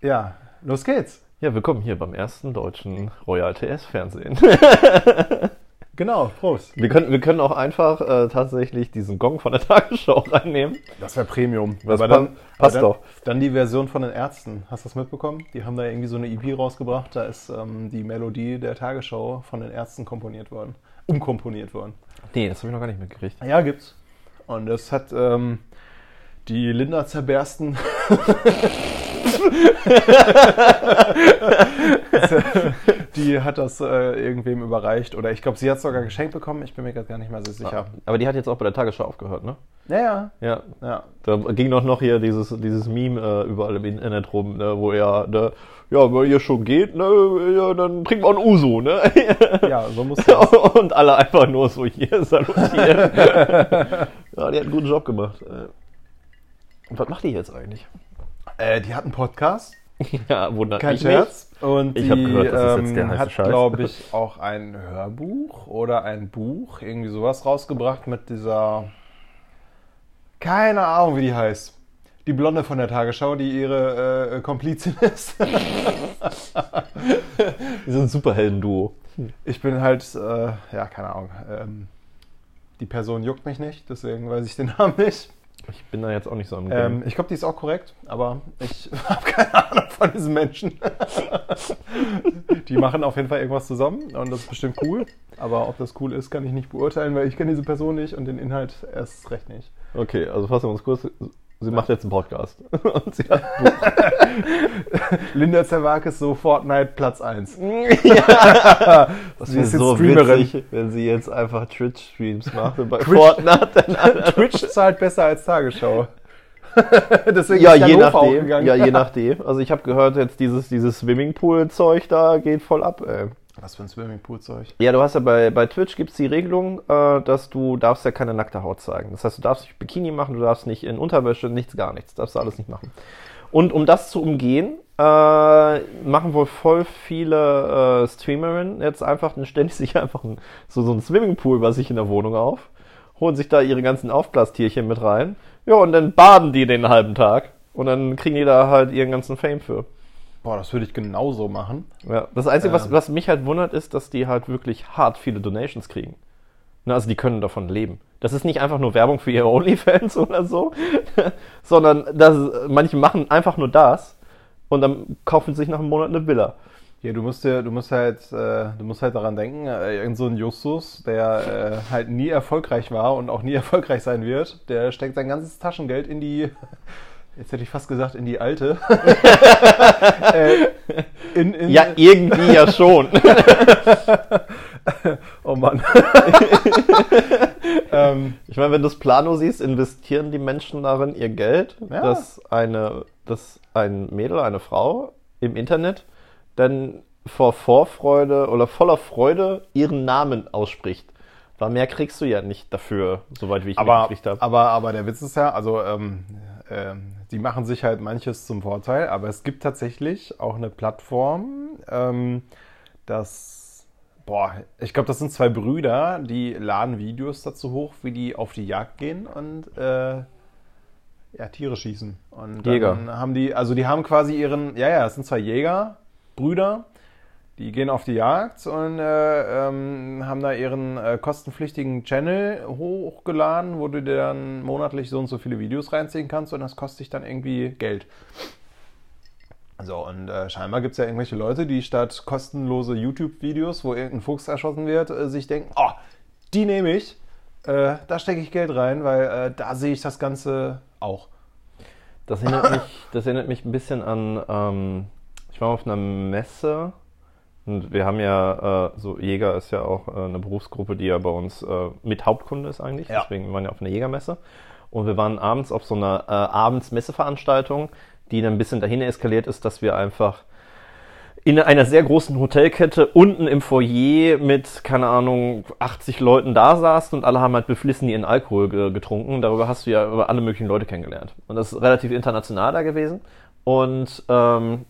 Ja, los geht's. Ja, willkommen hier beim ersten deutschen Royal TS Fernsehen. Genau, Prost. Wir können, wir können auch einfach äh, tatsächlich diesen Gong von der Tagesschau reinnehmen. Das wäre Premium. Das pa- passt dann, doch. Dann die Version von den Ärzten. Hast du das mitbekommen? Die haben da irgendwie so eine EP rausgebracht. Da ist ähm, die Melodie der Tagesschau von den Ärzten komponiert worden. Umkomponiert worden. Nee, das habe ich noch gar nicht mitgekriegt. Ja, gibt's. Und das hat ähm, die Linda Zerbersten. die hat das äh, irgendwem überreicht. Oder ich glaube, sie hat es sogar geschenkt bekommen. Ich bin mir gerade gar nicht mehr so sicher. Aber die hat jetzt auch bei der Tagesschau aufgehört, ne? Naja. Ja. Ah. Ja. Da ging doch noch hier dieses, dieses Meme äh, überall im Internet rum, ne, wo er, ne, ja, wenn ihr schon geht, ne, ja, dann trinkt man Uso, ne? ja, so muss das. Und alle einfach nur so hier salutieren. ja, die hat einen guten Job gemacht. äh. Und was macht die jetzt eigentlich? Äh, die hat einen Podcast. Ja, wundert Kein mich Scherz. Und Ich die ähm, hab gehört, das ist jetzt der heiße hat, Scheiß. glaube ich, auch ein Hörbuch oder ein Buch, irgendwie sowas rausgebracht mit dieser. Keine Ahnung, wie die heißt. Die Blonde von der Tagesschau, die ihre äh, Komplizin ist. nicht. Die sind ein Superhelden-Duo. Ich bin halt, äh, ja, keine Ahnung. Ähm, die Person juckt mich nicht, deswegen weiß ich den Namen nicht. Ich bin da jetzt auch nicht so am Ähm, Game. ich glaube, die ist auch korrekt, aber ich habe keine Ahnung von diesen Menschen. die machen auf jeden Fall irgendwas zusammen und das ist bestimmt cool. Aber ob das cool ist, kann ich nicht beurteilen, weil ich kenne diese Person nicht und den Inhalt erst recht nicht. Okay, also fassen wir uns kurz. Sie macht jetzt einen Podcast. Und sie hat ein Buch. Linda Zerwakis, so Fortnite Platz 1. Das Sie ist wär jetzt Streamerin. witzig, wenn sie jetzt einfach Twitch-Streams macht und bei Twitch- Fortnite. Dann Twitch zahlt besser als Tagesschau. Deswegen ja, ist je Hannover nachdem. aufgegangen. Ja, je nachdem. Also ich habe gehört, jetzt dieses, dieses Swimmingpool-Zeug da geht voll ab, ey. Was für ein Swimmingpool-Zeug. Ja, du hast ja bei, bei Twitch gibt's die Regelung, äh, dass du darfst ja keine nackte Haut zeigen. Das heißt, du darfst nicht Bikini machen, du darfst nicht in Unterwäsche, nichts, gar nichts. Darfst du alles nicht machen. Und um das zu umgehen, äh, machen wohl voll viele äh, Streamerinnen jetzt einfach, ständig sich einfach ein, so, so ein Swimmingpool bei sich in der Wohnung auf, holen sich da ihre ganzen Aufblastierchen mit rein. Ja, und dann baden die den halben Tag. Und dann kriegen die da halt ihren ganzen Fame für. Boah, das würde ich genauso machen. Ja, das Einzige, was, Ähm. was mich halt wundert, ist, dass die halt wirklich hart viele Donations kriegen. Na, also die können davon leben. Das ist nicht einfach nur Werbung für ihre Onlyfans oder so, sondern das, manche machen einfach nur das und dann kaufen sie sich nach einem Monat eine Villa. Ja, du musst dir, du musst halt, äh, du musst halt daran denken, äh, irgend so ein Justus, der äh, halt nie erfolgreich war und auch nie erfolgreich sein wird, der steckt sein ganzes Taschengeld in die, jetzt hätte ich fast gesagt, in die alte. äh, in, in, Ja, irgendwie ja schon. oh Mann. ähm, Ich meine, wenn du es Plano siehst, investieren die Menschen darin ihr Geld, Ja. dass, eine, dass ein Mädel, eine Frau im Internet dann vor Vorfreude oder voller Freude ihren Namen ausspricht. Weil mehr kriegst du ja nicht dafür, soweit wie ich aber, mitgekriegt habe. aber, aber der Witz ist ja, also ähm, ähm, die machen sich halt manches zum Vorteil, aber es gibt tatsächlich auch eine Plattform, ähm, das, boah, ich glaube, das sind zwei Brüder, die laden Videos dazu hoch, wie die auf die Jagd gehen und äh, ja, Tiere schießen. Und dann Jäger. haben die, also die haben quasi ihren, ja, ja, es sind zwei Jäger, Brüder, die gehen auf die Jagd und äh, ähm, haben da ihren äh, kostenpflichtigen Channel hochgeladen, wo du dir dann monatlich so und so viele Videos reinziehen kannst und das kostet dich dann irgendwie Geld. So, und äh, scheinbar gibt es ja irgendwelche Leute, die statt kostenlose YouTube-Videos, wo irgendein Fuchs erschossen wird, äh, sich denken, oh, die nehme ich, äh, da stecke ich Geld rein, weil äh, da sehe ich das Ganze auch. Das erinnert mich, das erinnert mich ein bisschen an, ähm, ich war auf einer Messe und wir haben ja, äh, so Jäger ist ja auch äh, eine Berufsgruppe, die ja bei uns äh, mit Hauptkunde ist eigentlich, Ja. deswegen wir waren ja auf einer Jägermesse und wir waren abends auf so einer äh, Abendsmesseveranstaltung, die dann ein bisschen dahin eskaliert ist, dass wir einfach in einer sehr großen Hotelkette unten im Foyer mit, keine Ahnung, 80 Leuten da saßen und alle haben halt beflissen ihren Alkohol ge- getrunken. Darüber hast du ja über alle möglichen Leute kennengelernt. Und das ist relativ international da gewesen. Und ähm,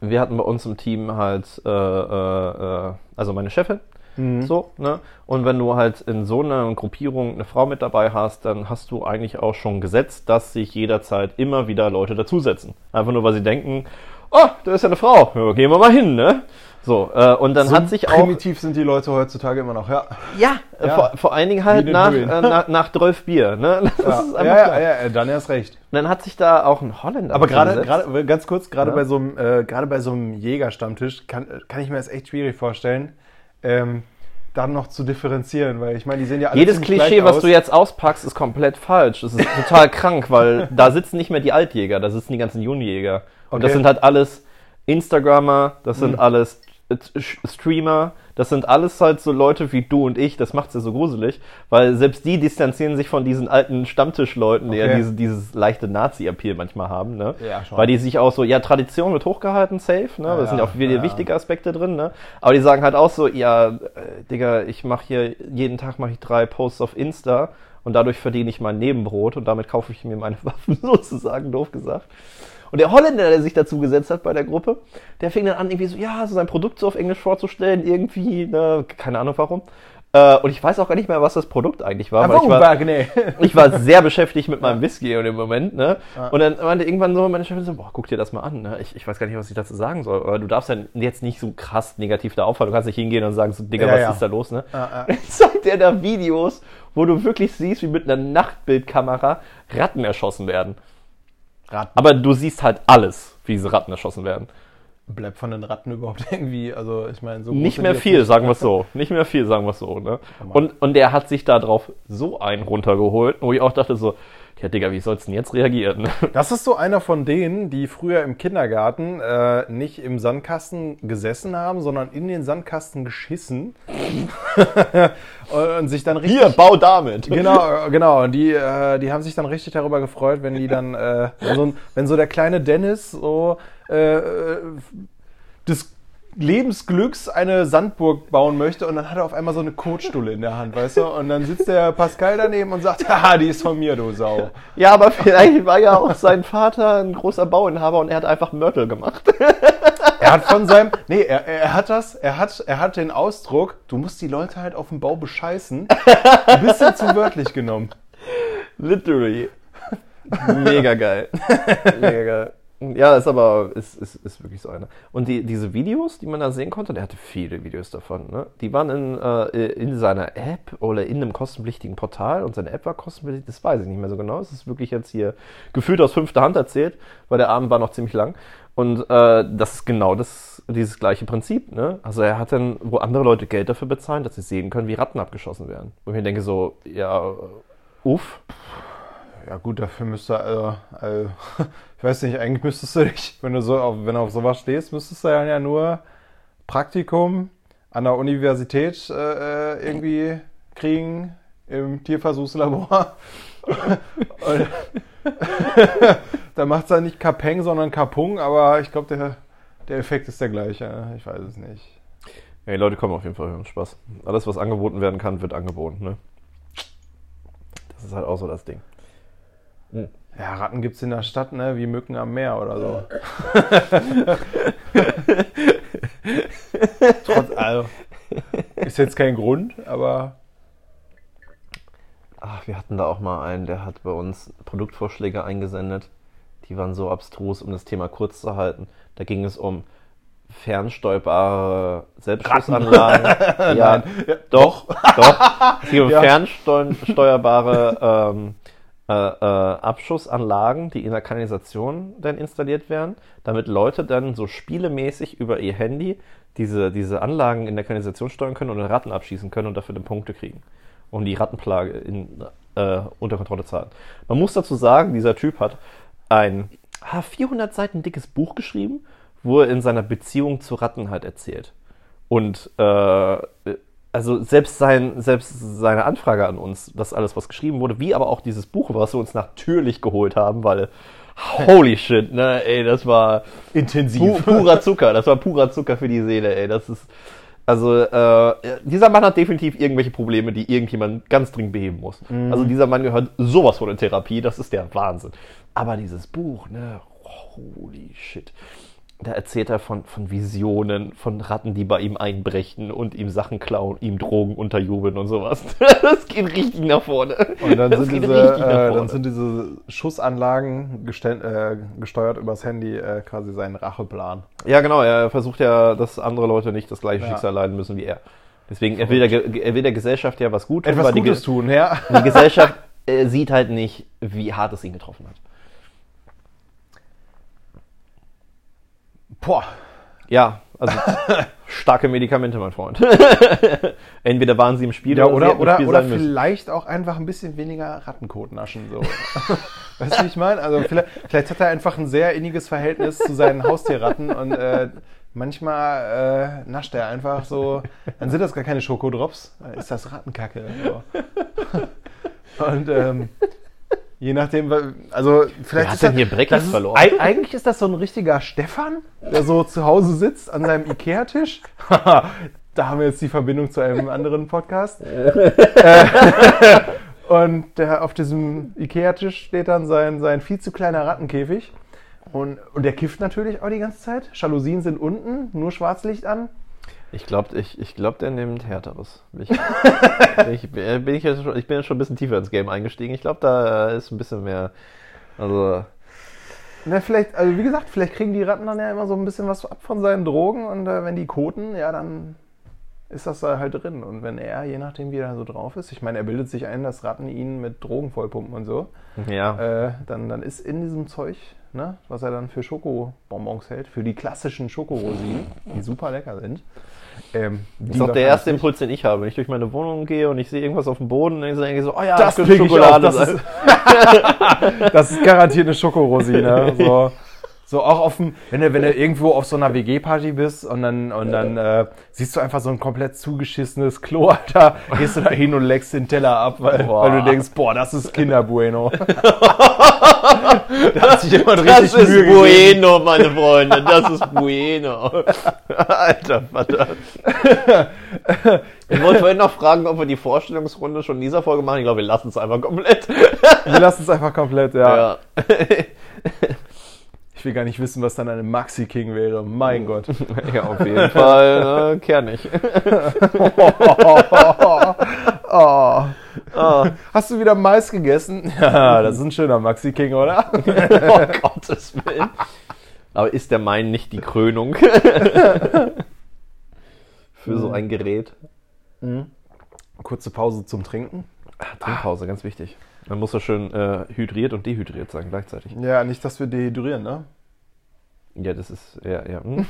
wir hatten bei uns im Team halt, äh, äh, äh, also meine Chefin Mhm. So, ne? Und wenn du halt in so einer Gruppierung eine Frau mit dabei hast, dann hast du eigentlich auch schon gesetzt, dass sich jederzeit immer wieder Leute dazusetzen. Einfach nur, weil sie denken, oh, da ist ja eine Frau, ja, gehen wir mal hin, ne? So, äh, und dann hat sich auch. primitiv sind die Leute heutzutage immer noch, ja. Ja, äh, Ja. Vor, vor allen Dingen halt Wie den nach, äh, Bullen. nach, nach 12 Bier, ne? Das ist einfach ja, klar. ja, ja, ja, dann erst recht. Und dann hat sich da auch ein Holländer. Aber gerade, hingesetzt. gerade, ganz kurz, gerade Ja. bei so einem, äh, gerade bei so einem Jägerstammtisch kann, kann ich mir das echt schwierig vorstellen, ähm, dann noch zu differenzieren, weil ich meine, die sehen ja alle Jedes ziemlich Klischee, gleich was aus. du jetzt auspackst, ist komplett falsch. Das ist total krank, weil da sitzen nicht mehr die Altjäger, da sitzen die ganzen Jungjäger. Und das Okay. Hm. sind halt alles Instagrammer, das sind alles äh, Sch- Streamer, das sind alles halt so Leute wie du und ich, das macht's ja so gruselig, weil selbst die distanzieren sich von diesen alten Stammtischleuten, die ja Okay. diese, dieses leichte Nazi-Appeal manchmal haben, ne? Ja, schon. Weil die sich auch so, ja, Tradition wird hochgehalten, safe, ne? Ja, das sind ja auch viele ja. wichtige Aspekte drin, ne? Aber die sagen halt auch so, ja, äh, Digga, ich mache hier, jeden Tag mache ich drei Posts auf Insta und dadurch verdiene ich mein Nebenbrot und damit kaufe ich mir meine Waffen, sozusagen, doof gesagt. Und der Holländer, der sich dazu gesetzt hat bei der Gruppe, der fing dann an, irgendwie so, ja, so sein Produkt so auf Englisch vorzustellen, irgendwie, ne, keine Ahnung warum. Äh, Und ich weiß auch gar nicht mehr, was das Produkt eigentlich war. weil ich war Wunderbar, nee. ich war sehr beschäftigt mit meinem Whisky in dem Moment, ne? Und dann meinte irgendwann so meine Chefin so, boah, guck dir das mal an, ne? Ich, ich weiß gar nicht, was ich dazu sagen soll. Aber du darfst dann jetzt nicht so krass negativ da auffallen. Du kannst nicht hingehen und sagen, so, Digga, Ja, was ja. ist da los, ne? ja. Dann zeigt er da Videos, wo du wirklich siehst, wie mit einer Nachtbildkamera Ratten erschossen werden. Ratten. Aber du siehst halt alles, wie diese Ratten erschossen werden. Bleibt von den Ratten überhaupt irgendwie, also ich meine, so groß Nicht sind mehr die jetzt viel, sagen wir es so. Nicht mehr viel, sagen wir es so. Ne? Und, und der hat sich da drauf so einen runtergeholt, wo ich auch dachte so, ja Digga, wie sollst du denn jetzt reagieren? ne? Das ist so einer von denen, die früher im Kindergarten äh, nicht im Sandkasten gesessen haben, sondern in den Sandkasten geschissen und sich dann richtig Hier, bau damit. Genau, äh, genau. Und die, äh, die haben sich dann richtig darüber gefreut, wenn die dann, äh, wenn, so, ein- wenn so der kleine Dennis so äh, äh, des Lebensglücks eine Sandburg bauen möchte und dann hat er auf einmal so eine Kotstulle in der Hand, weißt du? Und dann sitzt der Pascal daneben und sagt, haha, die ist von mir, du Sau. Ja, aber vielleicht war ja auch sein Vater ein großer Bauinhaber und er hat einfach Mörtel gemacht. Er hat von seinem, nee, er, er hat das, er hat, er hat den Ausdruck, du musst die Leute halt auf dem Bau bescheißen, ein bisschen zu wörtlich genommen. Literally. Mega geil. Mega geil. Ja, ist aber, ist, ist, ist wirklich so einer. Und die, diese Videos, die man da sehen konnte, der hatte viele Videos davon, ne? Die waren in, äh, in seiner App oder in einem kostenpflichtigen Portal und seine App war kostenpflichtig, das weiß ich nicht mehr so genau. Es ist wirklich jetzt hier gefühlt aus fünfter Hand erzählt, weil der Abend war noch ziemlich lang. Und äh, das ist genau das, dieses gleiche Prinzip, ne? Also er hat dann, wo andere Leute Geld dafür bezahlen, dass sie sehen können, wie Ratten abgeschossen werden. Und ich mir denke so, ja, äh, uff. Ja gut, dafür müsste also, also ich weiß nicht, eigentlich müsstest du dich, wenn du so auf, wenn du auf sowas stehst, müsstest du dann ja nur Praktikum an der Universität äh, äh, irgendwie kriegen im Tierversuchslabor. Und, da macht es dann nicht Kapeng, sondern Kapung, aber ich glaube, der, der Effekt ist der gleiche. ne? Ich weiß es nicht. Ja, die Leute kommen auf jeden Fall, haben Spaß. Alles, was angeboten werden kann, wird angeboten. Ne? Das ist halt auch so das Ding. Ja, Ratten gibt's in der Stadt, ne? Wie Mücken am Meer oder so. Trotz allem. Ist jetzt kein Grund, aber. Ach, wir hatten da auch mal einen, der hat bei uns Produktvorschläge eingesendet. Die waren so abstrus, um das Thema kurz zu halten. Da ging es um fernsteuerbare Selbstschussanlagen. ja, doch, doch. Es ging um Ja. fernsteuerbare ähm, äh, äh, Abschussanlagen, die in der Kanalisation dann installiert werden, damit Leute dann so spielemäßig über ihr Handy diese, diese Anlagen in der Kanalisation steuern können und Ratten abschießen können und dafür dann Punkte kriegen. Und die Rattenplage in, äh, unter Kontrolle zahlen. Man muss dazu sagen, dieser Typ hat ein ah, 400 Seiten dickes Buch geschrieben, wo er in seiner Beziehung zu Ratten halt erzählt. Und äh, also selbst, sein, selbst seine Anfrage an uns, das alles, was geschrieben wurde, wie aber auch dieses Buch, was wir uns natürlich geholt haben, weil holy shit, ne, ey, das war pu Intensiv. purer Zucker, das war purer Zucker für die Seele, ey, das ist, also äh, dieser Mann hat definitiv irgendwelche Probleme, die irgendjemand ganz dringend beheben muss. Mhm. Also dieser Mann gehört sowas von in Therapie, das ist der Wahnsinn. Aber dieses Buch, ne, holy shit. da erzählt er von, von Visionen, von Ratten, die bei ihm einbrechen und ihm Sachen klauen, ihm Drogen unterjubeln und sowas. Das geht richtig nach vorne. Und dann das sind, geht diese, richtig nach äh, vorne. dann sind diese Schussanlagen gestell, äh, gesteuert übers Handy äh, quasi sein Racheplan. Ja, genau, er versucht ja, dass andere Leute nicht das gleiche Ja. Schicksal leiden müssen wie er. Deswegen, er will, der, Ge- er will der Gesellschaft ja was Gutes, Etwas aber die, Gutes Ge- tun, ja. die Gesellschaft äh, sieht halt nicht, wie hart es ihn getroffen hat. Boah. Ja, also starke Medikamente, mein Freund. Entweder waren sie im Spiel Ja, sie oder, hätten im oder, Spiel oder sein müssen. vielleicht auch einfach ein bisschen weniger Rattenkot naschen. So. weißt du, wie ich meine? Also vielleicht, vielleicht hat er einfach ein sehr inniges Verhältnis zu seinen Haustierratten und äh, manchmal äh, nascht er einfach so, dann sind das gar keine Schokodrops, dann ist das Rattenkacke. So. und ähm, je nachdem, wa- also vielleicht hat ist denn das- hier Breckis das ist- verloren? Eig eigentlich ist das so ein richtiger Stefan, der so zu Hause sitzt an seinem Ikea-Tisch. da haben wir jetzt die Verbindung zu einem anderen Podcast. Äh, Und der, auf diesem Ikea-Tisch steht dann sein, sein viel zu kleiner Rattenkäfig. Und, und der kifft natürlich auch die ganze Zeit. Jalousien sind unten, nur Schwarzlicht an. Ich glaube, ich, ich glaub, der nimmt härteres. Ich, ich, bin- bin ich, jetzt schon, ich bin jetzt schon ein bisschen tiefer ins Game eingestiegen. Ich glaube, da ist ein bisschen mehr. Also, Na, vielleicht, also wie gesagt, vielleicht kriegen die Ratten dann ja immer so ein bisschen was ab von seinen Drogen. Und äh, wenn die koten, ja, dann ist das da halt drin. Und wenn er, je nachdem, wie er so drauf ist, ich meine, er bildet sich ein, dass Ratten ihn mit Drogen vollpumpen und so, ja. äh, dann, dann ist in diesem Zeug, ne, was er dann für Schokobonbons hält, für die klassischen Schokorosinen, die super lecker sind. Ähm, Das ist auch der erste Impuls, den ich habe. Wenn ich durch meine Wohnung gehe und ich sehe irgendwas auf dem Boden, dann denke ich so, oh ja, Das könnte krieg ich auch, das ist, das ist garantiert eine Schokorosine. So, so auch auf dem, wenn du, wenn du irgendwo auf so einer WG-Party bist und dann, und dann äh, siehst du einfach so ein komplett zugeschissenes Klo, Alter, gehst du da hin und leckst den Teller ab, weil, Boah. weil du denkst, boah, das ist Kinderbueno. da hat sich jemand Das richtig ist Mühe gegeben. Bueno, meine Freunde, das ist Bueno. Alter Vater. Ich wollte vorhin noch fragen, ob wir die Vorstellungsrunde schon in dieser Folge machen. Ich glaube, wir lassen es einfach komplett. Wir lassen es einfach komplett, ja. Ja. Ich will gar nicht wissen, was dann eine Maxi-King wäre. Mein Gott. ja, auf jeden Fall. Ne, Kern nicht. Oh. Ah. Hast du wieder Mais gegessen? Ja, das ist ein schöner Maxi-King, oder? Oh Gottes Willen. Aber ist der Main nicht die Krönung? Für so ein Gerät. Kurze Pause zum Trinken. Ah, Trinkpause, ganz wichtig. Man muss so schön äh, hydriert und dehydriert sein gleichzeitig. Ja, nicht, dass wir dehydrieren, ne? Ja, das ist, ja, ja. hm.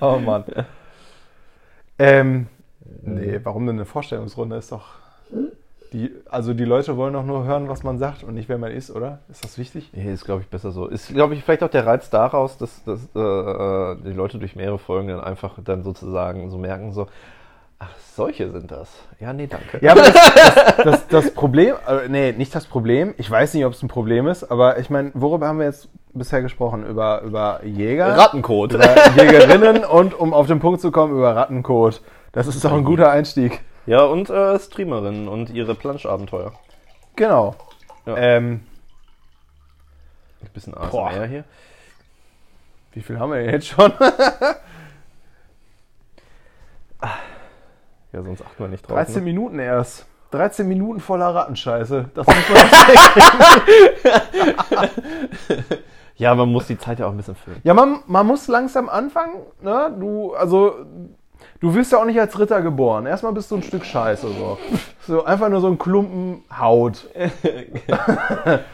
Oh Mann. ähm, nee, warum denn eine Vorstellungsrunde? Ist doch. Die, also die Leute wollen doch nur hören, was man sagt und nicht, wer man ist, oder? Ist das wichtig? Nee, ist, glaube ich, besser so. Ist, glaube ich, vielleicht auch der Reiz daraus, dass, dass äh, äh, die Leute durch mehrere Folgen dann einfach dann sozusagen so merken, so, ach, solche sind das. Ja, nee, danke. Ja, aber das, das, das, das Problem, äh, nee, nicht das Problem. Ich weiß nicht, ob es ein Problem ist, aber ich meine, worüber haben wir jetzt bisher gesprochen? Über, über Jäger? Rattenkot. über Jägerinnen und um auf den Punkt zu kommen, über Rattenkot. Das ist doch ein guter Einstieg. Ja, und äh, Streamerinnen und ihre Planschabenteuer. Genau. Ja. Ähm, Ein bisschen Boah. ASMR hier. wie viel haben wir denn jetzt schon? Ja, sonst achten wir nicht drauf. 13 ne? Minuten erst. 13 Minuten voller Rattenscheiße. Das muss man Ja, man muss die Zeit ja auch ein bisschen füllen. ja, man, man muss langsam anfangen. Ne? Du, also, du wirst ja auch nicht als Ritter geboren. Erstmal bist du ein Stück Scheiße. So, so einfach nur so ein Klumpen Haut.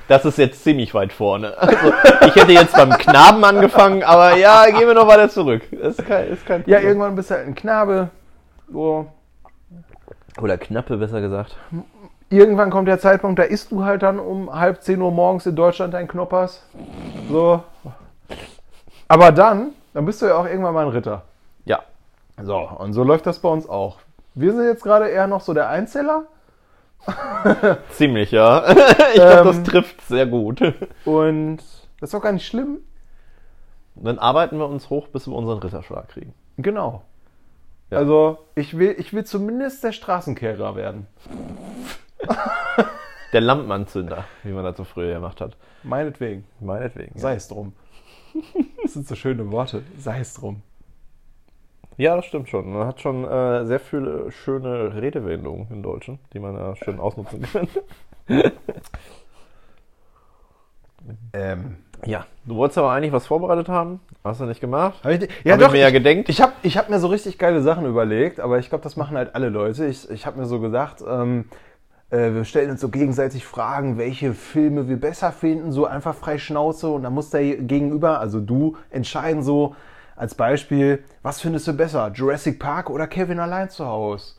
Das ist jetzt ziemlich weit vorne. Also, ich hätte jetzt beim Knaben angefangen, aber ja, gehen wir noch weiter zurück. Das ist kein, ist kein Ja, irgendwann bist du halt ein Knabe. So. Oder Knappe, besser gesagt. Irgendwann kommt der Zeitpunkt, da isst du halt dann um halb 10 Uhr morgens in Deutschland dein Knoppers. So. Aber dann, dann bist du ja auch irgendwann mal ein Ritter. Ja. So, und so läuft das bei uns auch. Wir sind jetzt gerade eher noch so der Einzeller. Ziemlich, ja. Ich glaube, Ähm. das trifft sehr gut. Und das ist auch gar nicht schlimm. Dann arbeiten wir uns hoch, bis wir unseren Ritterschlag kriegen. Genau. Ja. Also, ich will, ich will zumindest der Straßenkehrer werden. Der Lampenanzünder, wie man das so früher gemacht hat. Meinetwegen. Meinetwegen. Sei es drum. Das sind so schöne Worte. Sei es drum. Ja, das stimmt schon. Man hat schon äh, sehr viele schöne Redewendungen im Deutschen, die man ja schön ausnutzen kann. Ähm. Ja. Du wolltest aber eigentlich was vorbereitet haben, hast du nicht gemacht. Hab ich, di- ja, Hab doch. ich mir ja ich- gedenkt. Ich habe ich hab mir so richtig geile Sachen überlegt, aber ich glaube, das machen halt alle Leute. Ich, ich habe mir so gedacht, ähm, äh, wir stellen uns so gegenseitig Fragen, welche Filme wir besser finden, so einfach frei Schnauze und dann muss der Gegenüber, also du, entscheiden so als Beispiel, was findest du besser, Jurassic Park oder Kevin allein zu Hause?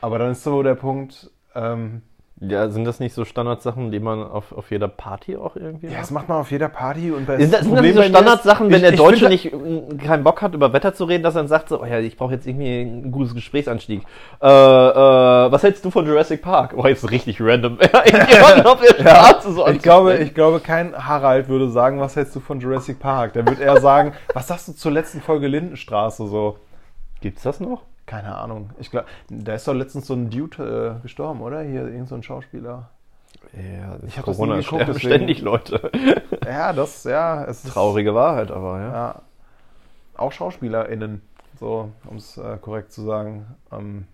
Aber dann ist so der Punkt, ähm, Ja, sind das nicht so Standardsachen, die man auf, auf jeder Party auch irgendwie ja, macht? das macht man auf jeder Party und bei Ist das, sind das so bei mir ist, Standardsachen, wenn ich- der ich finde- Deutsche nicht mm, keinen Bock hat, über Wetter zu reden, dass er dann sagt so, oh ja, ich brauche jetzt irgendwie ein gutes Gesprächsanstieg. Äh, äh, was hältst du von Jurassic Park? Oh, jetzt richtig random. Irgendjemand auf der Straße so Ich glaube, anzusprechen. ich glaube, kein Harald würde sagen, was hältst du von Jurassic Park? Der würde eher sagen, was sagst du zur letzten Folge Lindenstraße so? Gibt's das noch? Keine Ahnung. Ich glaube, da ist doch letztens so ein Dude äh, gestorben, oder? Hier irgend so ein Schauspieler. Ja, ich hab das Corona nie geguckt, sterben deswegen- ständig Leute. Ja, das, ja, es ist Traurige Wahrheit, aber ja. Ja, auch SchauspielerInnen, so, um es äh, korrekt zu sagen, ähm,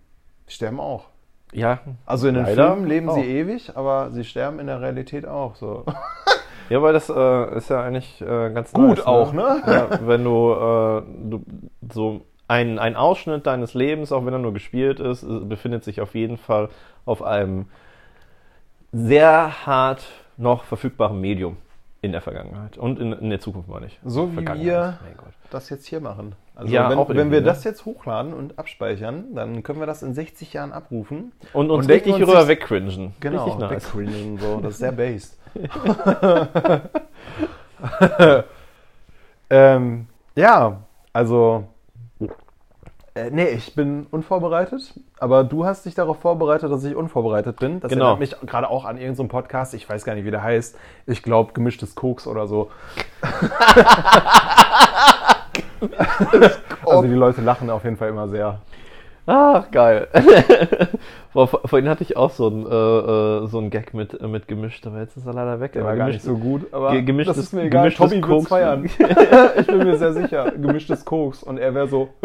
die sterben auch. Ja, Also in den Leider Oh. Filmen leben sie auch. ewig, aber sie sterben in der Realität auch. So. Ja, weil das äh, ist ja eigentlich äh, ganz Gut nice, auch, ne? Ja, wenn du, äh, du so ein, ein Ausschnitt deines Lebens, auch wenn er nur gespielt ist, äh, befindet sich auf jeden Fall auf einem sehr hart noch verfügbaren Medium in der Vergangenheit und in, in der Zukunft meine ich. So wie Vergangenheit, wir- mein Gott. das jetzt hier machen. Also Ja, wenn, auch wenn irgendwie, wir ne? das jetzt hochladen und abspeichern, dann können wir das in 60 Jahren abrufen. Und uns Und denken richtig uns rüber nicht- wegcringen. Genau, Richtig nice. backcreenen so, das ist sehr based. ähm, ja, also äh, nee, ich bin unvorbereitet, aber du hast dich darauf vorbereitet, dass ich unvorbereitet bin. Das Genau. erinnert mich gerade auch an irgendeinen so einen Podcast, ich weiß gar nicht, wie der heißt. Ich glaube, gemischtes Koks oder so. also die Leute lachen auf jeden Fall immer sehr. Ach, geil. Boah, vor, vorhin hatte ich auch so ein, äh, äh, so ein Gag mit, äh, mit gemischt, aber jetzt ist er leider weg. Der aber war gar gemischt- nicht so gut, aber ge- gemischtes- das ist mir egal. gemischtes Tommy Koks. wird's feiern. ich bin mir sehr sicher. Gemischtes Koks. Und er wäre so,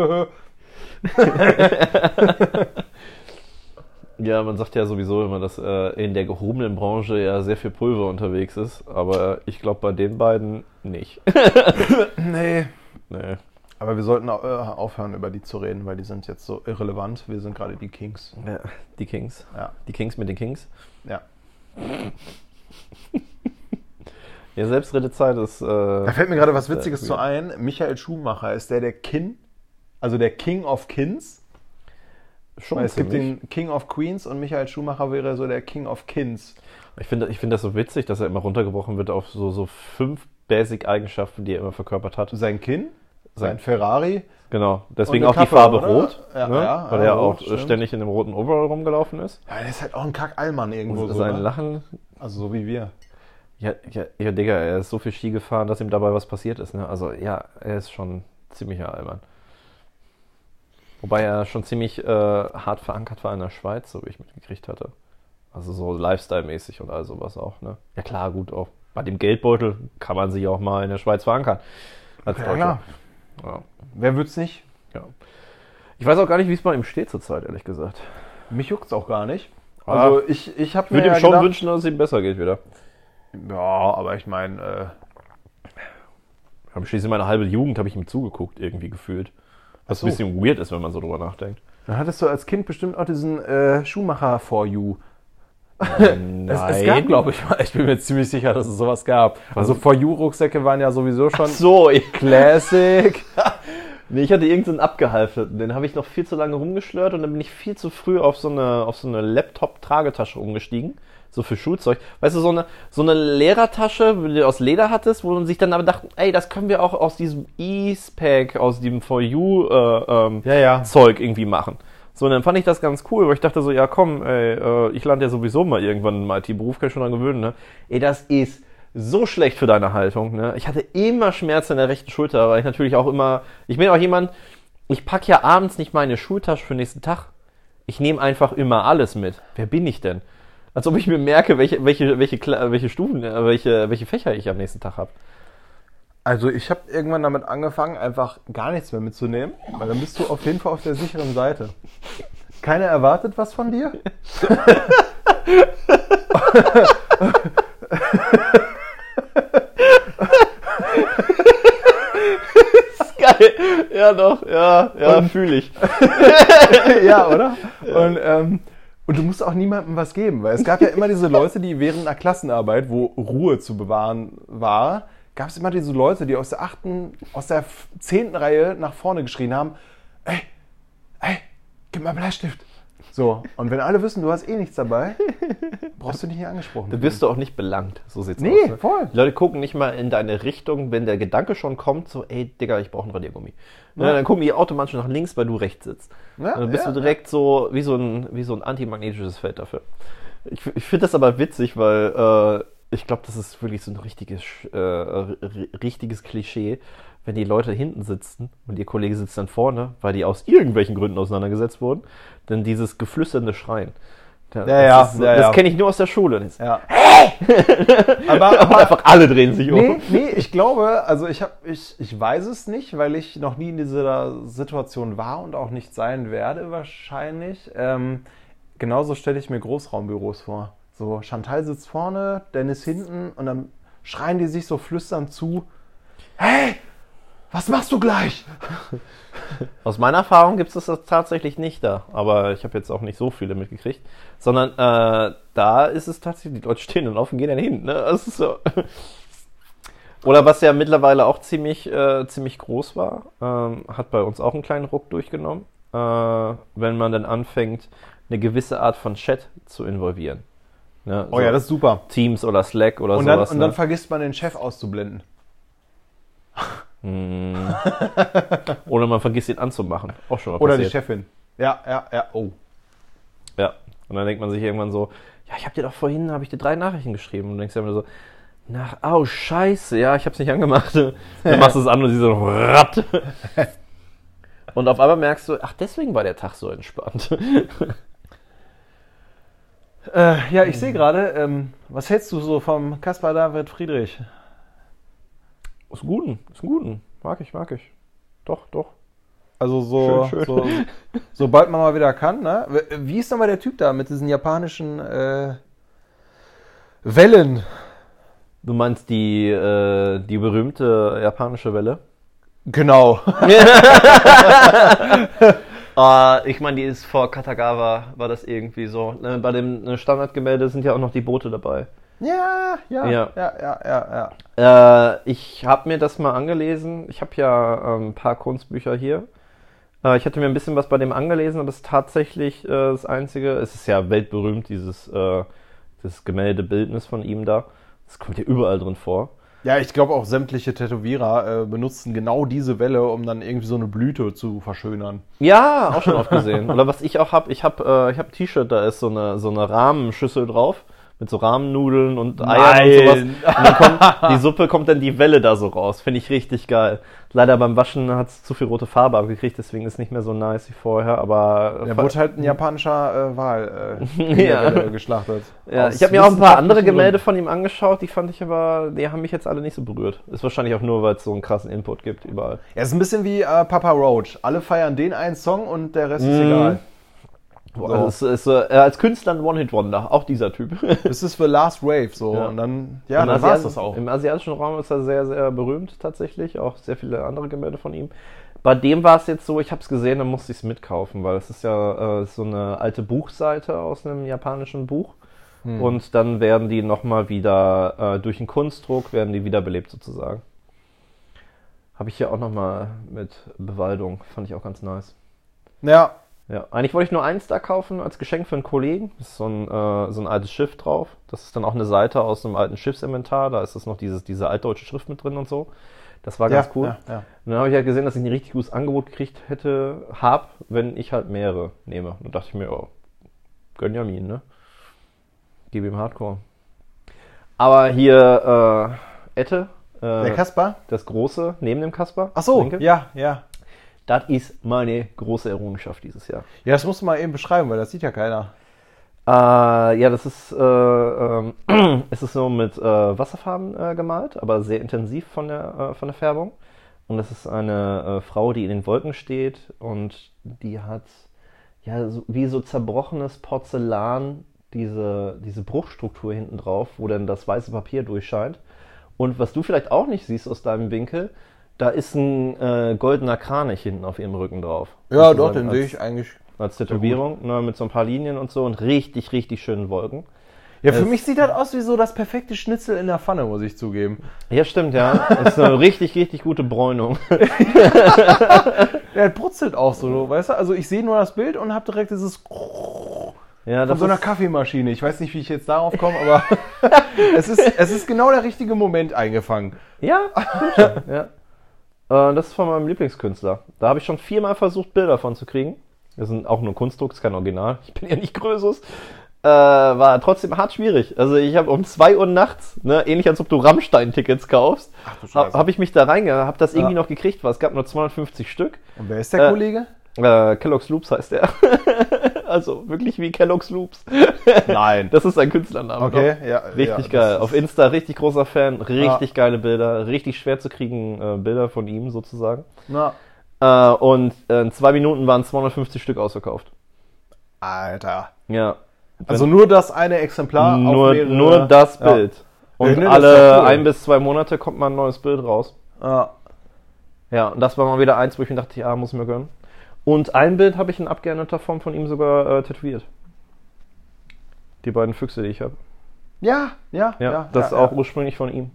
Ja, man sagt ja sowieso immer, dass äh, in der gehobenen Branche ja sehr viel Pulver unterwegs ist, aber ich glaube bei den beiden nicht. nee. nee. Aber wir sollten au- äh, aufhören, über die zu reden, weil die sind jetzt so irrelevant. Wir sind gerade die Kings. Ja, die Kings. Ja, Die Kings mit den Kings. ja. Ja, Selbstredezeit ist. Äh, Da fällt mir gerade was Witziges Sehr zu ein. Michael Schumacher ist der der Kin, also der King of Kins. schon Weil es gibt ziemlich. den King of Queens und Michael Schumacher wäre so der King of Kins. Ich finde ich find das so witzig, dass er immer runtergebrochen wird auf so, so fünf Basic-Eigenschaften, die er immer verkörpert hat. Sein Kinn, Sein- sein Ferrari. Genau. Deswegen auch eine die Kappe, Farbe oder? rot, Ja, ne? ja, weil ja, er rot, auch stimmt. ständig in dem roten Overall rumgelaufen ist. Ja, der ist halt auch ein Kack-Allmann irgendwo. Und So, sein ne? Lachen Also so wie wir. Ja, ja, ja, Digga, er ist so viel Ski gefahren, dass ihm dabei was passiert ist. Ne? Also ja, er ist schon ziemlicher Albern. Wobei er schon ziemlich äh, hart verankert war in der Schweiz, so wie ich mitgekriegt hatte. Also so Lifestyle-mäßig und all sowas auch. Ne? Ja klar, gut, auch bei dem Geldbeutel kann man sich auch mal in der Schweiz verankern. Als Ja, Deutscher. klar. Ja, Wer wird's nicht? ja. Ich weiß auch gar nicht, wie es bei ihm steht zurzeit, ehrlich gesagt. Mich juckt's auch gar nicht. Ah. Also ich, ich habe Ich würde mir ihm ja schon gedacht, wünschen, dass es ihm besser geht wieder. ja, aber ich äh, meine, Ich habe schließlich meine halbe Jugend habe ich ihm zugeguckt irgendwie gefühlt. Was so. ein bisschen weird ist, wenn man so drüber nachdenkt. äh, dann hattest du als Kind bestimmt auch diesen äh, Schumacher for you. Nein. Es, es gab, glaube ich, mal. Ich bin mir ziemlich sicher, dass es sowas gab. Also for you Rucksäcke waren ja sowieso schon So, ich, Classic. nee, ich hatte irgendeinen abgehalfterten, den habe ich noch viel zu lange rumgeschlört und dann bin ich viel zu früh auf so eine, auf so eine Laptop-Tragetasche umgestiegen. So für Schulzeug. Weißt du, so eine, so eine Lehrertasche, die du aus Leder hattest, wo man sich dann aber dachte, ey, das können wir auch aus diesem E-Spec, aus diesem For You äh, ähm, Ja, ja. Zeug irgendwie machen. So, und dann fand ich das ganz cool, weil ich dachte so, ja komm, ey, äh, ich lande ja sowieso mal irgendwann im IT-Beruf, kann ich schon dran gewöhnen, ne? Ey, das ist so schlecht für deine Haltung, ne? Ich hatte immer Schmerzen in der rechten Schulter, weil ich natürlich auch immer, ich bin auch jemand, ich pack ja abends nicht meine Schultasche für den nächsten Tag. Ich nehme einfach immer alles mit. Wer bin ich denn? Als ob ich mir merke, welche, welche, welche, Kla- welche Stufen, äh, welche, welche Fächer ich am nächsten Tag habe. Also ich habe irgendwann damit angefangen, einfach gar nichts mehr mitzunehmen, weil dann bist du auf jeden Fall auf der sicheren Seite. Keiner erwartet was von dir. Geil. Ja, doch, ja, ja, fühle ich. ja, oder? Und, ähm, und du musst auch niemandem was geben, weil es gab ja immer diese Leute, die während einer Klassenarbeit, wo Ruhe zu bewahren war, gab es immer diese Leute, die aus der achten, aus der f- zehnten Reihe nach vorne geschrien haben, ey, ey, gib mal Bleistift. So, und wenn alle wissen, du hast eh nichts dabei, brauchst du dich nicht angesprochen. Dann wirst du auch nicht belangt. So sieht's Nee, aus. Ne? voll. Die Leute gucken nicht mal in deine Richtung, wenn der Gedanke schon kommt, so, ey, Digga, ich brauche einen Radiergummi. Ne, Dann gucken die automatisch nach links, weil du rechts sitzt. Ja, Und dann bist ja, du direkt so wie so ein, wie so ein antimagnetisches Feld dafür. Ich, ich finde das aber witzig, weil äh, ich glaube, das ist wirklich so ein richtiges, äh, r- richtiges Klischee, wenn die Leute hinten sitzen und ihr Kollege sitzt dann vorne, weil die aus irgendwelchen Gründen auseinandergesetzt wurden, dann dieses geflüsternde Schreien. Da- Ja, ja, das ist so- ja, das ja. kenne ich nur aus der Schule. Und jetzt- Ja. aber, aber aber einfach alle drehen sich um. nee, nee, ich glaube, also ich habe ich, ich weiß es nicht, weil ich noch nie in dieser Situation war und auch nicht sein werde wahrscheinlich. Ähm, genauso stelle ich mir Großraumbüros vor. So Chantal sitzt vorne, Dennis hinten und dann schreien die sich so flüsternd zu. Hey, was machst du gleich? Aus meiner Erfahrung gibt es das tatsächlich nicht da, aber ich habe jetzt auch nicht so viele mitgekriegt, sondern äh, da ist es tatsächlich, die Leute stehen und laufen, gehen dann hin. Ne? Das ist so. Oder was ja mittlerweile auch ziemlich, äh, ziemlich groß war, ähm, hat bei uns auch einen kleinen Ruck durchgenommen, äh, wenn man dann anfängt, eine gewisse Art von Chat zu involvieren. Ne? Oh ja, das ist super. Also Teams oder Slack oder Und dann, sowas. und dann ne? vergisst man den Chef auszublenden. Mhm. Oder man vergisst ihn anzumachen. Auch schon mal Oder die passiert. Chefin. Ja, ja, ja. Oh. Ja. Und dann denkt man sich irgendwann so, ja, ich habe dir doch vorhin, habe ich dir drei Nachrichten geschrieben. Und du denkst dir immer so, nach, au, scheiße, ja, ich habe es nicht angemacht. Dann machst du es an und sie so, ratt. Und auf einmal merkst du, ach, deswegen war der Tag so entspannt. Äh, ja, ich sehe gerade, ähm, was hältst du so vom Kaspar David Friedrich? Ist ein guten, ist ein guten. Mag ich, mag ich. Doch, doch. Also so, Schön, schön. so sobald man mal wieder kann, ne? W- Wie ist nochmal der Typ da mit diesen japanischen äh, Wellen? Du meinst die, äh, die berühmte japanische Welle? Genau. Äh, ich meine, die ist vor Katagawa, war das irgendwie so. Ne, Bei dem ne, Standardgemälde sind ja auch noch die Boote dabei. Ja, ja, ja, Ja. ja, ja, ja. Äh, ich habe mir das mal angelesen. Ich habe ja ähm, ein paar Kunstbücher hier. Äh, ich hatte mir ein bisschen was bei dem angelesen, aber es ist tatsächlich äh, das Einzige. Es ist ja weltberühmt, dieses äh, das Gemäldebildnis von ihm da. Das kommt ja überall drin vor. Ja, ich glaube auch sämtliche Tätowierer äh, benutzen genau diese Welle, um dann irgendwie so eine Blüte zu verschönern. Ja, auch schon oft gesehen. Oder was ich auch hab, ich hab, äh, ich hab ein T-Shirt, da ist so eine, so eine Rahmenschüssel drauf. Mit so Rahmennudeln und Eiern Nein. und sowas. Und dann kommt, die Suppe kommt dann die Welle da so raus. Finde ich richtig geil. Leider beim Waschen hat's zu viel rote Farbe abgekriegt, deswegen ist nicht mehr so nice wie vorher, aber. Da wurde halt ein japanischer äh, Wal äh, in Ja. der Welle geschlachtet. ja, Aus ich habe mir auch ein paar andere wissenschaftlichen Gemälde von ihm angeschaut, die fand ich aber, die haben mich jetzt alle nicht so berührt. Ist wahrscheinlich auch nur, weil es so einen krassen Input gibt überall. Gründen. Ja, ist ein bisschen wie äh, Papa Roach. Alle feiern den einen Song und der Rest ist Mhm. egal. Boah, So. das ist, äh, er als Künstler ein One-Hit-Wonder, auch dieser Typ. Das ist The Last Wave so. Ja. Und dann, ja, Im dann war es Asiat- das auch. Im asiatischen Raum ist er sehr, sehr berühmt tatsächlich. Auch sehr viele andere Gemälde von ihm. Bei dem war es jetzt so, ich habe es gesehen, dann musste ich es mitkaufen, weil es ist ja äh, so eine alte Buchseite aus einem japanischen Buch. Hm. Und dann werden die nochmal wieder, äh, durch einen Kunstdruck werden die wiederbelebt sozusagen. Habe ich hier auch nochmal mit Bewaldung, fand ich auch ganz nice. Ja, Ja, eigentlich wollte ich nur eins da kaufen als Geschenk für einen Kollegen. Das ist so ein, äh, so ein altes Schiff drauf. Das ist dann auch eine Seite aus einem alten Schiffsinventar. Da ist das noch dieses, diese altdeutsche Schrift mit drin und so. Das war ganz ja, cool. Ja, ja. Und dann habe ich halt gesehen, dass ich ein richtig gutes Angebot gekriegt hätte, hab, wenn ich halt mehrere nehme. Und da dachte ich mir, oh, gönn ja mir, ne? Gib ihm Hardcore. Aber hier, äh, Ette, Der äh, Kasper? das Große, neben dem Kasper. Ach so, linke, ja, ja. Das ist meine große Errungenschaft dieses Jahr. Ja, das musst du mal eben beschreiben, weil das sieht ja keiner. Äh, ja, das ist, äh, ähm, es ist nur mit äh, Wasserfarben äh, gemalt, aber sehr intensiv von der, äh, von der Färbung. Und das ist eine äh, Frau, die in den Wolken steht und die hat ja so, wie so zerbrochenes Porzellan diese, diese Bruchstruktur hinten drauf, wo dann das weiße Papier durchscheint. Und was du vielleicht auch nicht siehst aus deinem Winkel, da ist ein äh, goldener Kranich hinten auf ihrem Rücken drauf. Ja, Also doch, dann den als- sehe ich eigentlich. als Tätowierung, ne, mit so ein paar Linien und so und richtig, richtig schönen Wolken. Ja, für Es- mich sieht das aus wie so das perfekte Schnitzel in der Pfanne, muss ich zugeben. Ja, stimmt, ja. Ist eine richtig, richtig gute Bräunung. Der brutzelt auch so, weißt du? Also ich sehe nur das Bild und habe direkt dieses Ja, von das so einer ist, Kaffeemaschine. Ich weiß nicht, wie ich jetzt darauf komme, aber es, ist, es ist genau der richtige Moment eingefangen. ja, stimmt schon, ja. Äh, das ist von meinem Lieblingskünstler. Da habe ich schon viermal versucht, Bilder von zu kriegen. Das sind auch nur Kunstdrucks, kein Original. Ich bin ja nicht Grösus. Äh, war trotzdem hart schwierig. Also ich habe um 2 Uhr nachts, ne, ähnlich als ob du Rammstein-Tickets kaufst, Ach du habe Scheiße. hab ich mich da reingegangen, habe das irgendwie Ja. noch gekriegt, weil es gab nur 250 Stück. Und wer ist der Äh, Kollege? Äh, Kellogg's Loops heißt er. also wirklich wie Kellogg's Loops. Nein. Das ist ein Künstlername. Okay, doch. ja. Richtig ja, das geil. ist- Ah. Auf Insta richtig großer Fan, richtig geile Bilder, richtig schwer zu kriegen äh, Bilder von ihm sozusagen. Na, Äh, und äh, in zwei Minuten waren 250 Stück ausverkauft. Alter. Ja. Also nur das eine Exemplar. Ah, auf nur, mehrere- nur das Ja. Bild. Ja, Und ne, das ist alle doch cool. ein bis zwei Monate kommt mal ein neues Bild raus. Ja. Ja, und das war mal wieder eins, wo ich mir dachte, ja, muss ich mir gönnen. Und ein Bild habe ich in abgeänderter Form von ihm sogar äh, tätowiert. Die beiden Füchse, die ich habe. Ja, ja, Ja, das ist auch ursprünglich von ihm.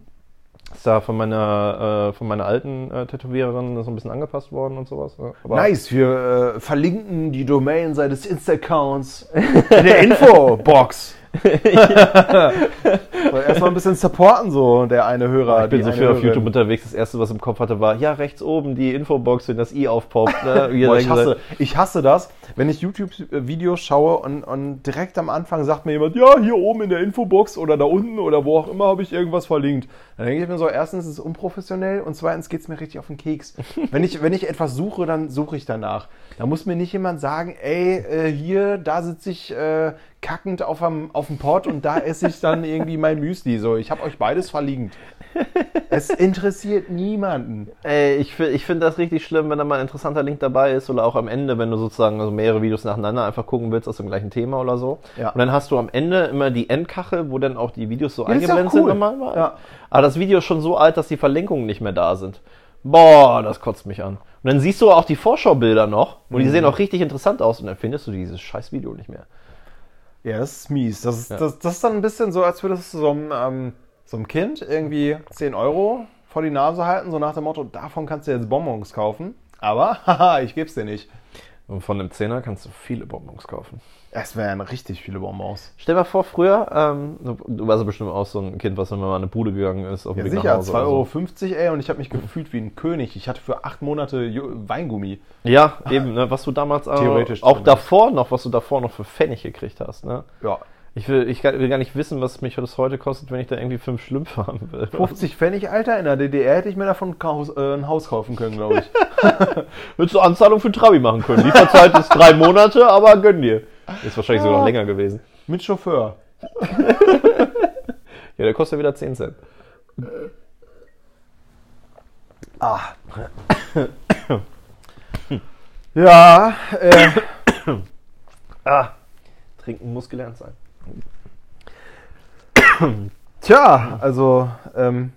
Ist da von meiner, äh, von meiner alten äh, Tätowiererin so ein bisschen angepasst worden und sowas. ne? Aber Nice, wir äh, verlinken die Domainseite des Insta-Accounts in der Infobox. Soll Erstmal ein bisschen supporten, so der eine Hörer. Ich bin die so eine viel auf Hörerin. YouTube unterwegs. Das erste, was ich im Kopf hatte, war, ja, rechts oben die Infobox, wenn das i aufpoppt. Ne? Wie ihr Boah, da ich, gesagt- hasse, ich hasse das, wenn ich YouTube-Videos schaue und, und direkt am Anfang sagt mir jemand, ja, hier oben in der Infobox oder da unten oder wo auch immer habe ich irgendwas verlinkt. Dann denke ich mir so, erstens ist es unprofessionell und zweitens geht es mir richtig auf den Keks. wenn, ich, wenn ich etwas suche, dann suche ich danach. Da muss mir nicht jemand sagen, ey, äh, hier, da sitze ich äh, kackend auf dem, auf dem Pott und da esse ich dann irgendwie mein Müsli. So, ich habe euch beides verlinkt. Es interessiert niemanden. Ey, ich, fi- ich finde das richtig schlimm, wenn da mal ein interessanter Link dabei ist oder auch am Ende, wenn du sozusagen also mehrere Videos nacheinander einfach gucken willst aus dem gleichen Thema oder so. Ja. Und dann hast du am Ende immer die Endkachel, wo dann auch die Videos so ist ja eingeblendet auch sind cool. nochmal. Ja. Aber das Video ist schon so alt, dass die Verlinkungen nicht mehr da sind. Boah, das kotzt mich an. Und dann siehst du auch die Vorschaubilder noch und Mhm. die sehen auch richtig interessant aus und dann findest du dieses scheiß Video nicht mehr. Ja, das ist mies. Das ist, das, das ist dann ein bisschen so, als würdest du so einem, ähm, so einem Kind irgendwie 10 Euro vor die Nase halten, so nach dem Motto, davon kannst du jetzt Bonbons kaufen. Aber, haha, ich geb's dir nicht. Und von dem Zehner kannst du viele Bonbons kaufen. Es wären richtig viele Bonbons. Stell dir mal vor, früher, ähm, du, du warst ja bestimmt auch so ein Kind, was immer mal in eine Bude gegangen ist. Auf dem Ja, Weg nach sicher, Hause oder so. 2,50 Euro, ey, und ich habe mich gefühlt wie ein König. Ich hatte für acht Monate Ju- Weingummi. Ja, eben, ne, was du damals auch, Theoretisch auch zumindest. davor noch, was du davor noch für Pfennig gekriegt hast. Ne? Ja. Ich, will, ich will gar nicht wissen, was mich das heute kostet, wenn ich da irgendwie fünf Schlümpfe haben will. 50 Pfennig, Alter, in der DDR hätte ich mir davon ein Haus- äh, ein Haus kaufen können, glaube ich. Würdest du Anzahlung für ein Trabi machen können? Lieferzeit ist drei Monate, aber gönn dir. Ist wahrscheinlich sogar noch länger gewesen. Mit Chauffeur. Ja, der kostet ja wieder 10 Cent. Ah. ja, äh, Ah, trinken muss gelernt sein. Tja, also, ähm,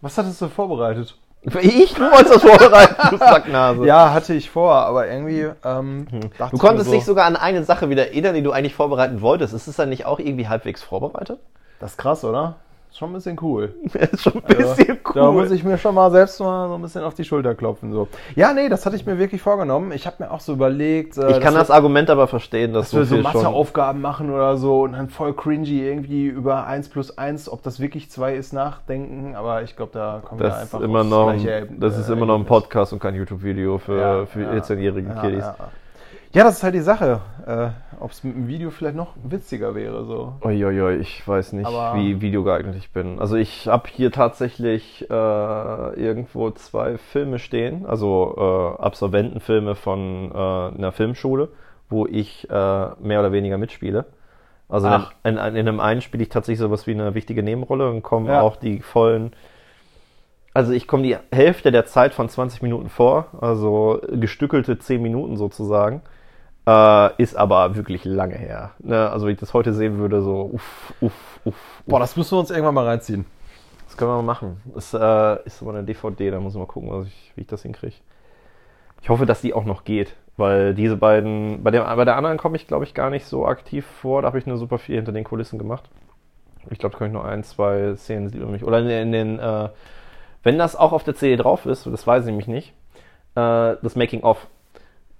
was hattest du vorbereitet? Ich? Du wolltest das vorbereiten, du Sacknase. Ja, hatte ich vor, aber irgendwie, ähm, dachte Hm. Du ich konntest mir dich sogar an eine Sache wieder erinnern, die du eigentlich vorbereiten wolltest. Ist es dann nicht auch irgendwie halbwegs vorbereitet? Das ist krass, oder? Ist schon ein bisschen cool. Also, Das ist schon ein bisschen cool. Da muss ich mir schon mal selbst mal so ein bisschen auf die Schulter klopfen. So. Ja, nee, das hatte ich mir wirklich vorgenommen. Ich habe mir auch so überlegt, äh, Ich kann dass das Argument aber verstehen, dass, dass wir so viel schon. Matheaufgaben machen oder so und dann voll cringy irgendwie über 1 plus 1, ob das wirklich 2 ist, nachdenken. Aber ich glaube, da kommen wir Das ist einfach immer aufs noch, gleiche, das äh, ist immer noch ein Ergebnis. Podcast und kein YouTube-Video für, Ja, für ja, 14-jährige ja, Kiddies. Ja, ja. ja, das ist halt die Sache. Äh, Ob es mit einem Video vielleicht noch witziger wäre. So. Uiuiui, ich weiß nicht, Aber- wie videogeeignet ich bin. Also ich habe hier tatsächlich äh, irgendwo zwei Filme stehen, also äh, Absolventenfilme von äh, einer Filmschule, wo ich äh, mehr oder weniger mitspiele. Also in, Ach. in, in einem einen spiele ich tatsächlich sowas wie eine wichtige Nebenrolle und komme Ja. auch die vollen. Also ich komme die Hälfte der Zeit von 20 Minuten vor, also gestückelte 10 Minuten sozusagen. Äh, ist aber wirklich lange her. Ne? Also wenn ich das heute sehen würde, so uff, uff, uff, Boah, das müssen wir uns irgendwann mal reinziehen. das können wir mal machen. Das äh, ist aber eine DVD, da muss ich mal gucken, was ich, wie ich das hinkriege. Ich hoffe, dass die auch noch geht, weil diese beiden, bei, dem, bei der anderen komme ich, glaube ich, gar nicht so aktiv vor. Da habe ich nur super viel hinter den Kulissen gemacht. Ich glaube, da kann ich nur ein, zwei Szenen sieht man mich. Oder in, in den, äh, wenn das auch auf der CD drauf ist, das weiß ich nämlich nicht, äh, das Making of.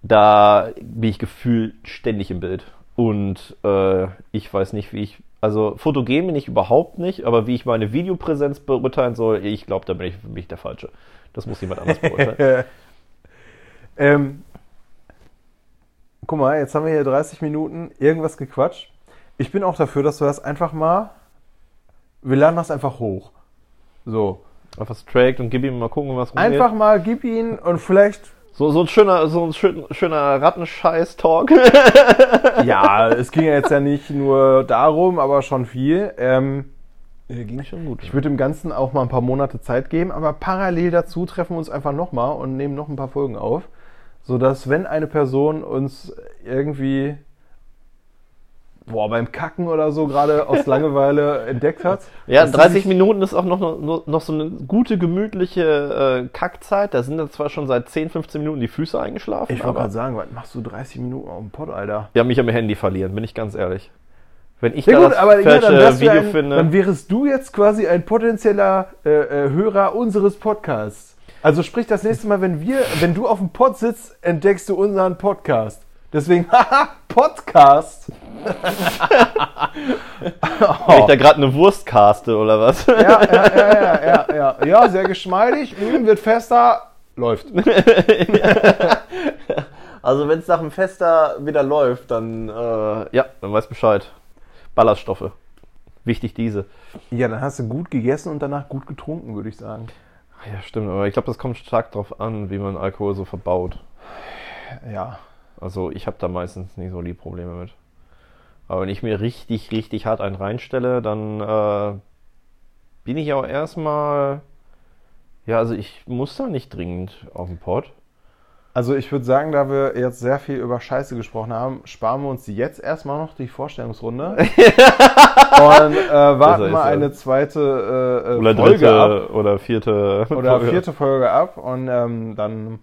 Da bin ich gefühlt ständig im Bild. Und äh, ich weiß nicht, wie ich. Also fotogen bin ich überhaupt nicht, aber wie ich meine Videopräsenz beurteilen soll, ich glaube, da bin ich, bin ich der Falsche. Das muss jemand anders beurteilen. ähm, guck mal, jetzt haben wir hier 30 Minuten irgendwas gequatscht. Ich bin auch dafür, dass wir das einfach mal. Wir laden das einfach hoch. So. Einfach trackt und gib ihm mal gucken, was rumgeht. Einfach mal gib ihn und vielleicht. so, so ein schöner, so ein schön, schöner Rattenscheiß-Talk. Ja, es ging ja jetzt ja nicht nur darum, aber schon viel. Ähm, Äh, Ging schon gut. ich würde dem Ganzen auch mal ein paar Monate Zeit geben, aber parallel dazu treffen wir uns einfach nochmal und nehmen noch ein paar Folgen auf, sodass, wenn eine Person uns irgendwie boah, beim Kacken oder so gerade aus Langeweile entdeckt hat. Ja, dass sie 30 sich- Minuten ist auch noch, noch, noch so eine gute, gemütliche äh, Kackzeit. Da sind dann zwar schon seit 10, 15 Minuten die Füße eingeschlafen. Ich wollte gerade sagen, was machst du 30 Minuten auf dem Pod, Alter? Ja, mich am Handy verlieren, bin ich ganz ehrlich. Wenn ich Ja da gut, das aber ja, falsche dann, wärst du Video ein, finde. dann wärest du jetzt quasi ein potenzieller äh, äh, Hörer unseres Podcasts. Also sprich, das nächste Mal, wenn wir, wenn du auf dem Pod sitzt, entdeckst du unseren Podcast. Deswegen, haha, Podcast. wenn ich da gerade eine Wurst caste oder was. Ja, ja, ja, ja, ja, ja, ja, sehr geschmeidig, mm, wird fester, läuft. Also wenn es nach dem Fester wieder läuft, dann äh, ja, dann weiß Bescheid. Ballaststoffe. Wichtig diese. Ja, dann hast du gut gegessen und danach gut getrunken, würde ich sagen. Ach Ah Ja, stimmt, aber ich glaube, das kommt stark drauf an, wie man Alkohol so verbaut. Ja. Also ich habe da meistens nicht so die Probleme mit. Aber wenn ich mir richtig, richtig hart einen reinstelle, dann äh, bin ich auch erstmal. Ja, also ich muss da nicht dringend auf den Pott. Also ich würde sagen, da wir jetzt sehr viel über Scheiße gesprochen haben, sparen wir uns jetzt erstmal noch die Vorstellungsrunde und äh, Besser warten ist mal es. eine zweite äh, äh, Oder Folge ab dritte oder vierte. oder Folge. vierte Folge ab und ähm, dann,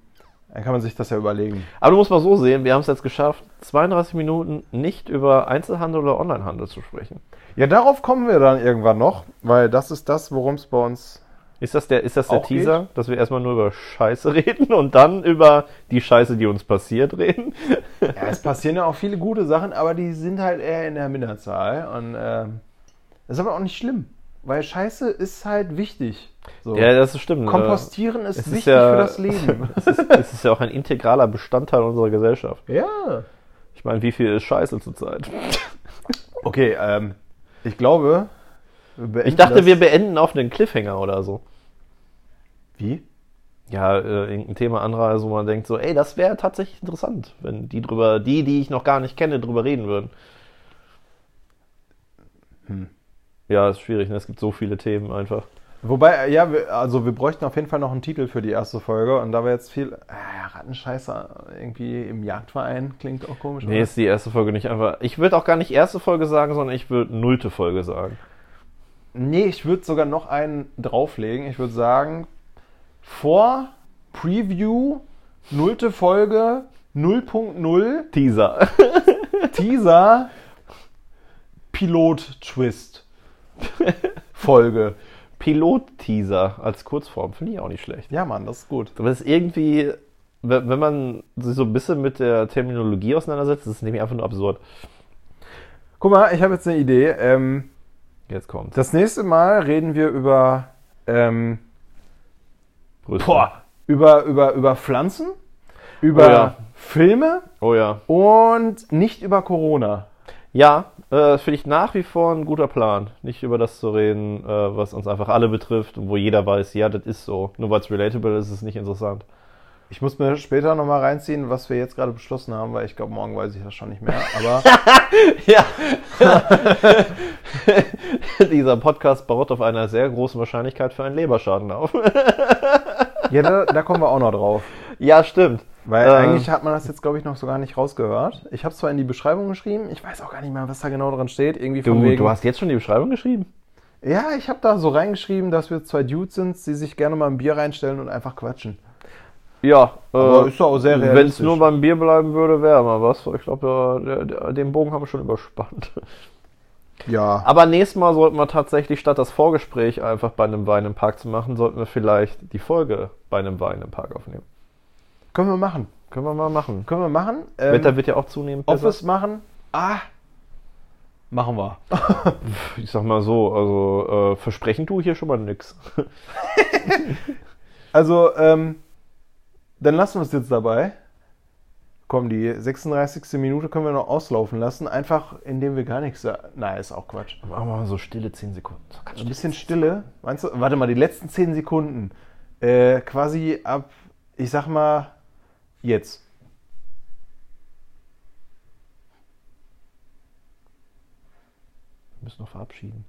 dann kann man sich das ja überlegen. Aber du musst mal so sehen, wir haben es jetzt geschafft, 32 Minuten nicht über Einzelhandel oder Onlinehandel zu sprechen. Ja, darauf kommen wir dann irgendwann noch, weil das ist das, worum es bei uns. Ist das der, ist das der Auch Teaser, dass wir erstmal nur über Scheiße reden und dann über die Scheiße, die uns passiert, reden? Ja, es passieren ja auch viele gute Sachen, aber die sind halt eher in der Minderzahl und ähm, das ist aber auch nicht schlimm, weil Scheiße ist halt wichtig. So. Ja, das ist stimmt. äh, Kompostieren Äh, ist, Es ist wichtig ja- für das Leben. Es ist, es ist ja auch ein integraler Bestandteil unserer Gesellschaft. ja. Ich meine, wie viel ist Scheiße zurzeit? Okay, ähm, ich glaube. Ich dachte, wir beenden auf einen Cliffhanger oder so. Wie? Ja, äh, irgendein Thema anreißen, wo man denkt so, ey, das wäre tatsächlich interessant, wenn die drüber, die, die ich noch gar nicht kenne, drüber reden würden. Hm. Ja, ist schwierig, ne? Es gibt so viele Themen einfach. Wobei, äh, ja, wir, also wir bräuchten auf jeden Fall noch einen Titel für die erste Folge und da wir jetzt viel. Äh, Rattenscheiße irgendwie im Jagdverein klingt auch komisch. Nee, ist die erste Folge nicht einfach. Ich würde auch gar nicht erste Folge sagen, sondern ich würde nullte Folge sagen. nee ich würde sogar noch einen drauflegen. Ich würde sagen, vor Preview, nullte Folge, 0.0, Teaser. Teaser, Pilot-Twist. Folge. Pilot-Teaser als Kurzform finde ich auch nicht schlecht. Ja, Mann, das ist gut. Aber es ist irgendwie, wenn wenn man sich so ein bisschen mit der Terminologie auseinandersetzt, ist es nämlich einfach nur absurd. Guck mal, ich habe jetzt eine Idee. Ähm, Jetzt kommt's. Das nächste Mal reden wir über, ähm, Brüste. über, über, über Pflanzen, über Oh ja. Filme Oh ja. und nicht über Corona. Ja, äh, finde ich nach wie vor ein guter Plan. Nicht über das zu reden, äh, was uns einfach alle betrifft und wo jeder weiß, ja, das ist so. Nur weil es relatable ist, ist es nicht interessant. Ich muss mir später nochmal reinziehen, was wir jetzt gerade beschlossen haben, weil ich glaube, morgen weiß ich das schon nicht mehr. Aber Ja. Dieser Podcast baut auf einer sehr großen Wahrscheinlichkeit für einen Leberschaden auf. ja, da, da kommen wir auch noch drauf. ja, stimmt. Weil Äh, eigentlich hat man das jetzt, glaube ich, noch so gar nicht rausgehört. Ich habe es zwar in die Beschreibung geschrieben, ich weiß auch gar nicht mehr, was da genau dran steht. Irgendwie von Du, wegen, du hast jetzt schon die Beschreibung geschrieben? Ja, ich habe da so reingeschrieben, dass wir zwei Dudes sind, die sich gerne mal ein Bier reinstellen und einfach quatschen. Ja. Aber ist doch auch sehr Wenn es realistisch. nur beim Bier bleiben würde, wäre mal was. Ich glaube, den Bogen haben wir schon überspannt. Ja. Aber nächstes Mal sollten wir tatsächlich, statt das Vorgespräch einfach bei einem Wein im Park zu machen, sollten wir vielleicht die Folge bei einem Wein im Park aufnehmen. Können wir machen. Können wir mal machen. Können wir machen. Ähm, Wetter wird ja auch zunehmend besser. Office machen. Ah. Machen wir. Ich sag mal so, also äh, versprechen tue ich hier schon mal nix. Also, ähm, dann lassen wir es jetzt dabei. Komm, die 36. Minute können wir noch auslaufen lassen. Einfach, indem wir gar nichts sagen. Na, ist auch Quatsch. Machen wir mal so stille 10 Sekunden. So ganz Ein bisschen Stille. Meinst du? Warte mal, die letzten 10 Sekunden. Äh, quasi ab, ich sag mal, jetzt. Wir müssen noch verabschieden.